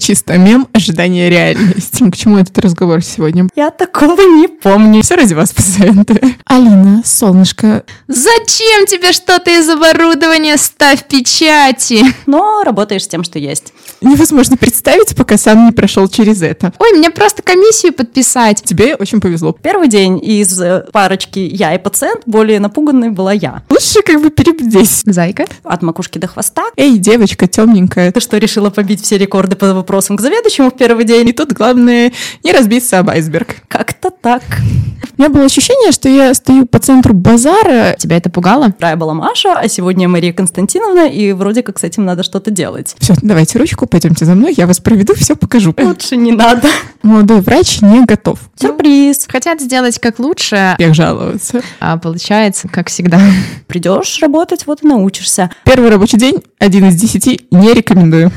чисто мем «Ожидание реальности». К чему этот разговор сегодня? Я такого не помню. Все ради вас, пациенты. Алина, солнышко. Зачем тебе что-то из оборудования? Ставь печати. Но работаешь с тем, что есть. Невозможно представить, пока сам не прошел через это. Ой, мне просто комиссию подписать. Тебе очень повезло. Первый день из э, парочки я и пациент более напуганной была я. Лучше как бы перебдесь. Зайка. От макушки до хвоста. Эй, девочка темненькая. Ты что, решила побить все рекорды по вопросам к заведующему в первый день? И тут главное не разбиться об айсберг. Как-то так. У меня было ощущение, что я стою по центру базара. Тебя это пугало? Вторая была Маша, а сегодня Мария Константиновна, и вроде как с этим надо что-то делать. Все, давайте ручку, пойдемте за мной, я вас проведу, все покажу. Лучше не надо. Молодой врач не готов. Сюрприз. Хотят сделать как лучше, Всех жалуются. а получается, как всегда. Придешь работать, вот и научишься. Первый рабочий день, один из десяти, не рекомендую.